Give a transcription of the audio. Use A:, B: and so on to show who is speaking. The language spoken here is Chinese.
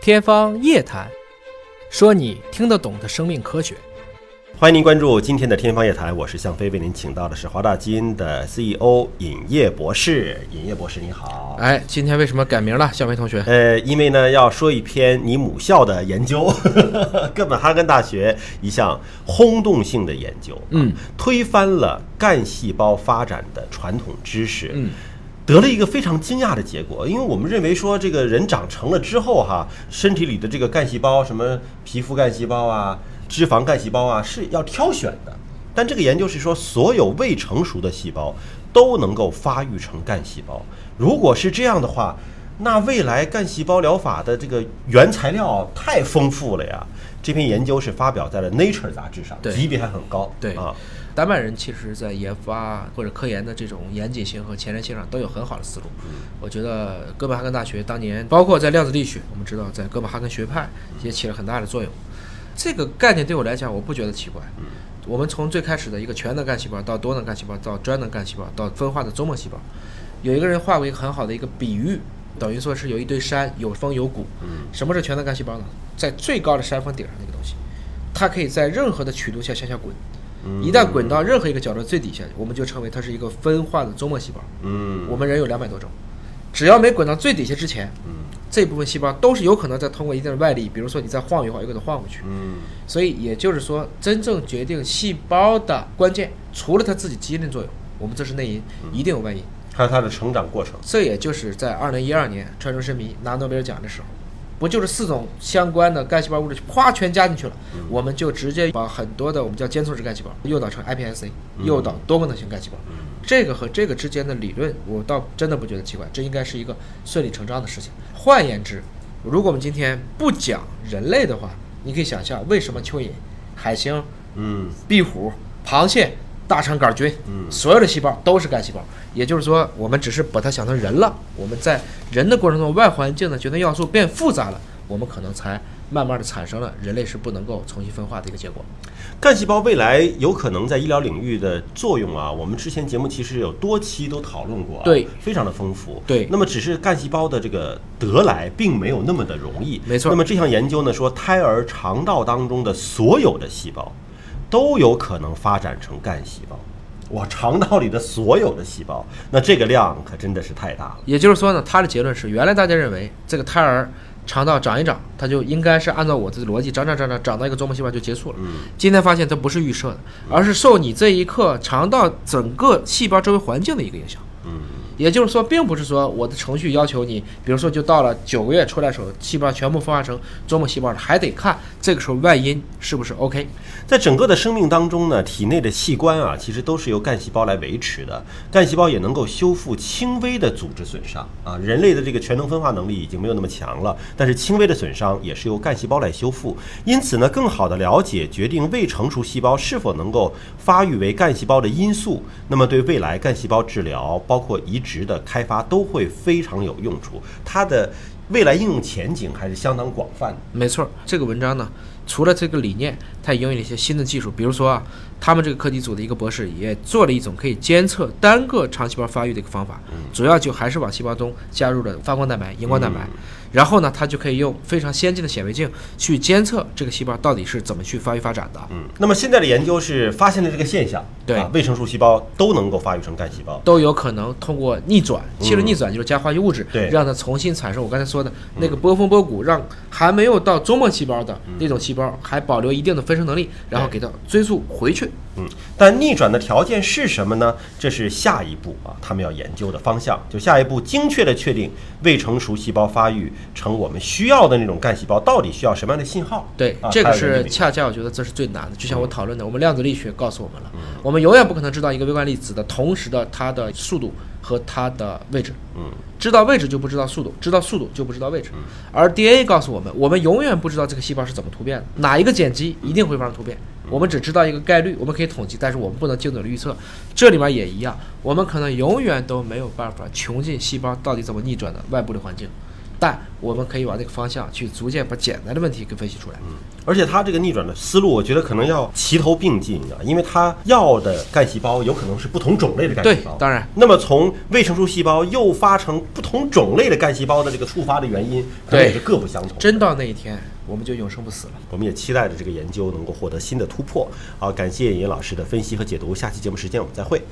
A: 天方夜谭，说你听得懂的生命科学。
B: 欢迎您关注今天的天方夜谭，我是向飞，为您请到的是华大基因的 CEO 尹烨博士。尹烨博士，你好。
A: 哎，今天为什么改名了，小梅同学？
B: 呃，因为呢要说一篇你母校的研究， 哥本哈根大学一项轰动性的研究，啊
A: 嗯，
B: 推翻了干细胞发展的传统知识，
A: 嗯。
B: 得了一个非常惊讶的结果，因为我们认为说这个人长成了之后哈、身体里的这个干细胞，什么皮肤干细胞啊、脂肪干细胞啊是要挑选的，但这个研究是说所有未成熟的细胞都能够发育成干细胞。如果是这样的话，那未来干细胞疗法的这个原材料太丰富了呀！这篇研究是发表在了《Nature》杂志上，
A: 对
B: 级别还很高。
A: 对
B: 啊，
A: 丹麦人其实，在研发或者科研的这种严谨性和前瞻性上都有很好的思路。我觉得哥本哈根大学当年，包括在量子力学，我们知道在哥本哈根学派也起了很大的作用。这个概念对我来讲，我不觉得奇怪。我们从最开始的一个全能干细胞，到多能干细胞，到专能干细胞，到分化的周末细胞，有一个人画过一个很好的一个比喻，等于说是有一堆山，有峰有谷。什么是全能干细胞呢？在最高的山峰顶上那个东西，它可以在任何的曲度下向下滚。一旦滚到任何一个角落最底下，我们就称为它是一个分化的周末细胞。
B: 嗯
A: 我们人有两百多种，只要没滚到最底下之前，
B: 嗯
A: 这部分细胞都是有可能再通过一定的外力，比如说你再晃一晃，又给它晃回去。
B: 嗯
A: 所以也就是说，真正决定细胞的关键，除了它自己基因的作用，我们这是内因，一定有外因。
B: 还有它的成长过程。
A: 这也就是在二零一二年川中伸弥拿诺贝尔奖的时候，不就是四种相关的干细胞物质咵全加进去了？我们就直接把很多的我们叫间促质干细胞诱导成 iPSC，诱导多功能性干细胞。
B: 嗯
A: 这个和这个之间的理论，我倒真的不觉得奇怪，这应该是一个顺理成章的事情。换言之，如果我们今天不讲人类的话，你可以想象为什么蚯蚓、海星、
B: 嗯
A: 壁虎、螃蟹、大肠杆菌，
B: 嗯
A: 所有的细胞都是干细胞。也就是说，我们只是把它想成人了。我们在人的过程中，外环境的决定要素变复杂了，我们可能才慢慢的产生了人类是不能够重新分化的一个结果。
B: 干细胞未来有可能在医疗领域的作用啊，我们之前节目其实有多期都讨论过、啊，
A: 对，
B: 非常的丰富。
A: 对
B: 那么只是干细胞的这个得来并没有那么的容易，
A: 没错
B: 那么这项研究呢说，胎儿肠道当中的所有的细胞都有可能发展成干细胞。哇，肠道里的所有的细胞，那这个量可真的是太大了。
A: 也就是说呢，他的结论是，原来大家认为这个胎儿肠道长一长，它就应该是按照我的逻辑长长长长长到一个周末细胞就结束了。今天发现它不是预设的，而是受你这一刻肠道整个细胞周围环境的一个影响。
B: 嗯
A: 也就是说，并不是说我的程序要求你，比如说就到了九个月出来的时候，细胞全部分化成周末细胞了，还得看这个时候外因是不是 OK。
B: 在整个的生命当中呢，体内的器官啊，其实都是由干细胞来维持的。干细胞也能够修复轻微的组织损伤啊。人类的这个全能分化能力已经没有那么强了，但是轻微的损伤也是由干细胞来修复。因此呢，更好的了解决定未成熟细胞是否能够发育为干细胞的因素，那么对未来干细胞治疗，包括移植的开发都会非常有用处。它的未来应用前景还是相当广泛的。
A: 没错，这个文章呢，除了这个理念，它也应用了一些新的技术，比如说啊，他们这个课题组的一个博士也做了一种可以监测单个肠细胞发育的一个方法，主要就还是往细胞中加入了发光蛋白、荧光蛋白，然后呢，它就可以用非常先进的显微镜去监测这个细胞到底是怎么去发育发展的，
B: 嗯，那么现在的研究是发现了这个现象，
A: 对
B: 啊，未成熟细胞都能够发育成干细胞。
A: 都有可能通过逆转，其实逆转就是加化学物质，
B: 嗯对嗯
A: 让它重新产生我刚才说的那个波峰波谷，让还没有到周末细胞的那种细胞还保留一定的分生能力，然后给它追溯回去。
B: 嗯，但逆转的条件是什么呢？这是下一步啊，他们要研究的方向。就下一步精确的确定未成熟细胞发育成我们需要的那种干细胞到底需要什么样的信号？
A: 对
B: 啊、，
A: 这
B: 还
A: 个
B: 有人类
A: 是
B: 比
A: 恰恰我觉得这是最难的。就
B: 嗯
A: 像我讨论的，我们量子力学告诉我们了，我们永远不可能知道一个微观粒子的同时的它的速度和它的位置。
B: 嗯，
A: 知道位置就不知道速度，知道速度就不知道位置。而 DNA 告诉我们，我们永远不知道这个细胞是怎么突变的，哪一个碱基一定会发生突变。我们只知道一个概率，我们可以统计，但是我们不能精准的预测。这里面也一样，我们可能永远都没有办法穷尽细胞到底怎么逆转的外部的环境。但我们可以往那个方向去，逐渐把简单的问题给分析出来。
B: 而且他这个逆转的思路，我觉得可能要齐头并进啊，因为他要的干细胞有可能是不同种类的干细胞。
A: 对当然。
B: 那么从未成熟细胞诱发成不同种类的干细胞的这个触发的原因，可能
A: 对
B: 也是各不相同。
A: 真到那一天，我们就永生不死了。
B: 我们也期待着这个研究能够获得新的突破。好，感谢尹老师的分析和解读，下期节目时间我们再会。